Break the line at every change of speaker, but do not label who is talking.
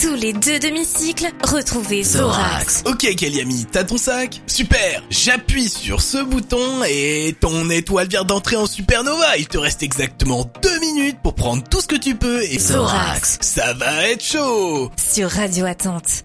Tous les deux demi-cycles, retrouvez Zorax.
Ok Keliami, t'as ton sac Super J'appuie sur ce bouton et ton étoile vient d'entrer en supernova. Il te reste exactement deux minutes pour prendre tout ce que tu peux et...
Zorax.
Ça va être chaud
Sur Radio Attente.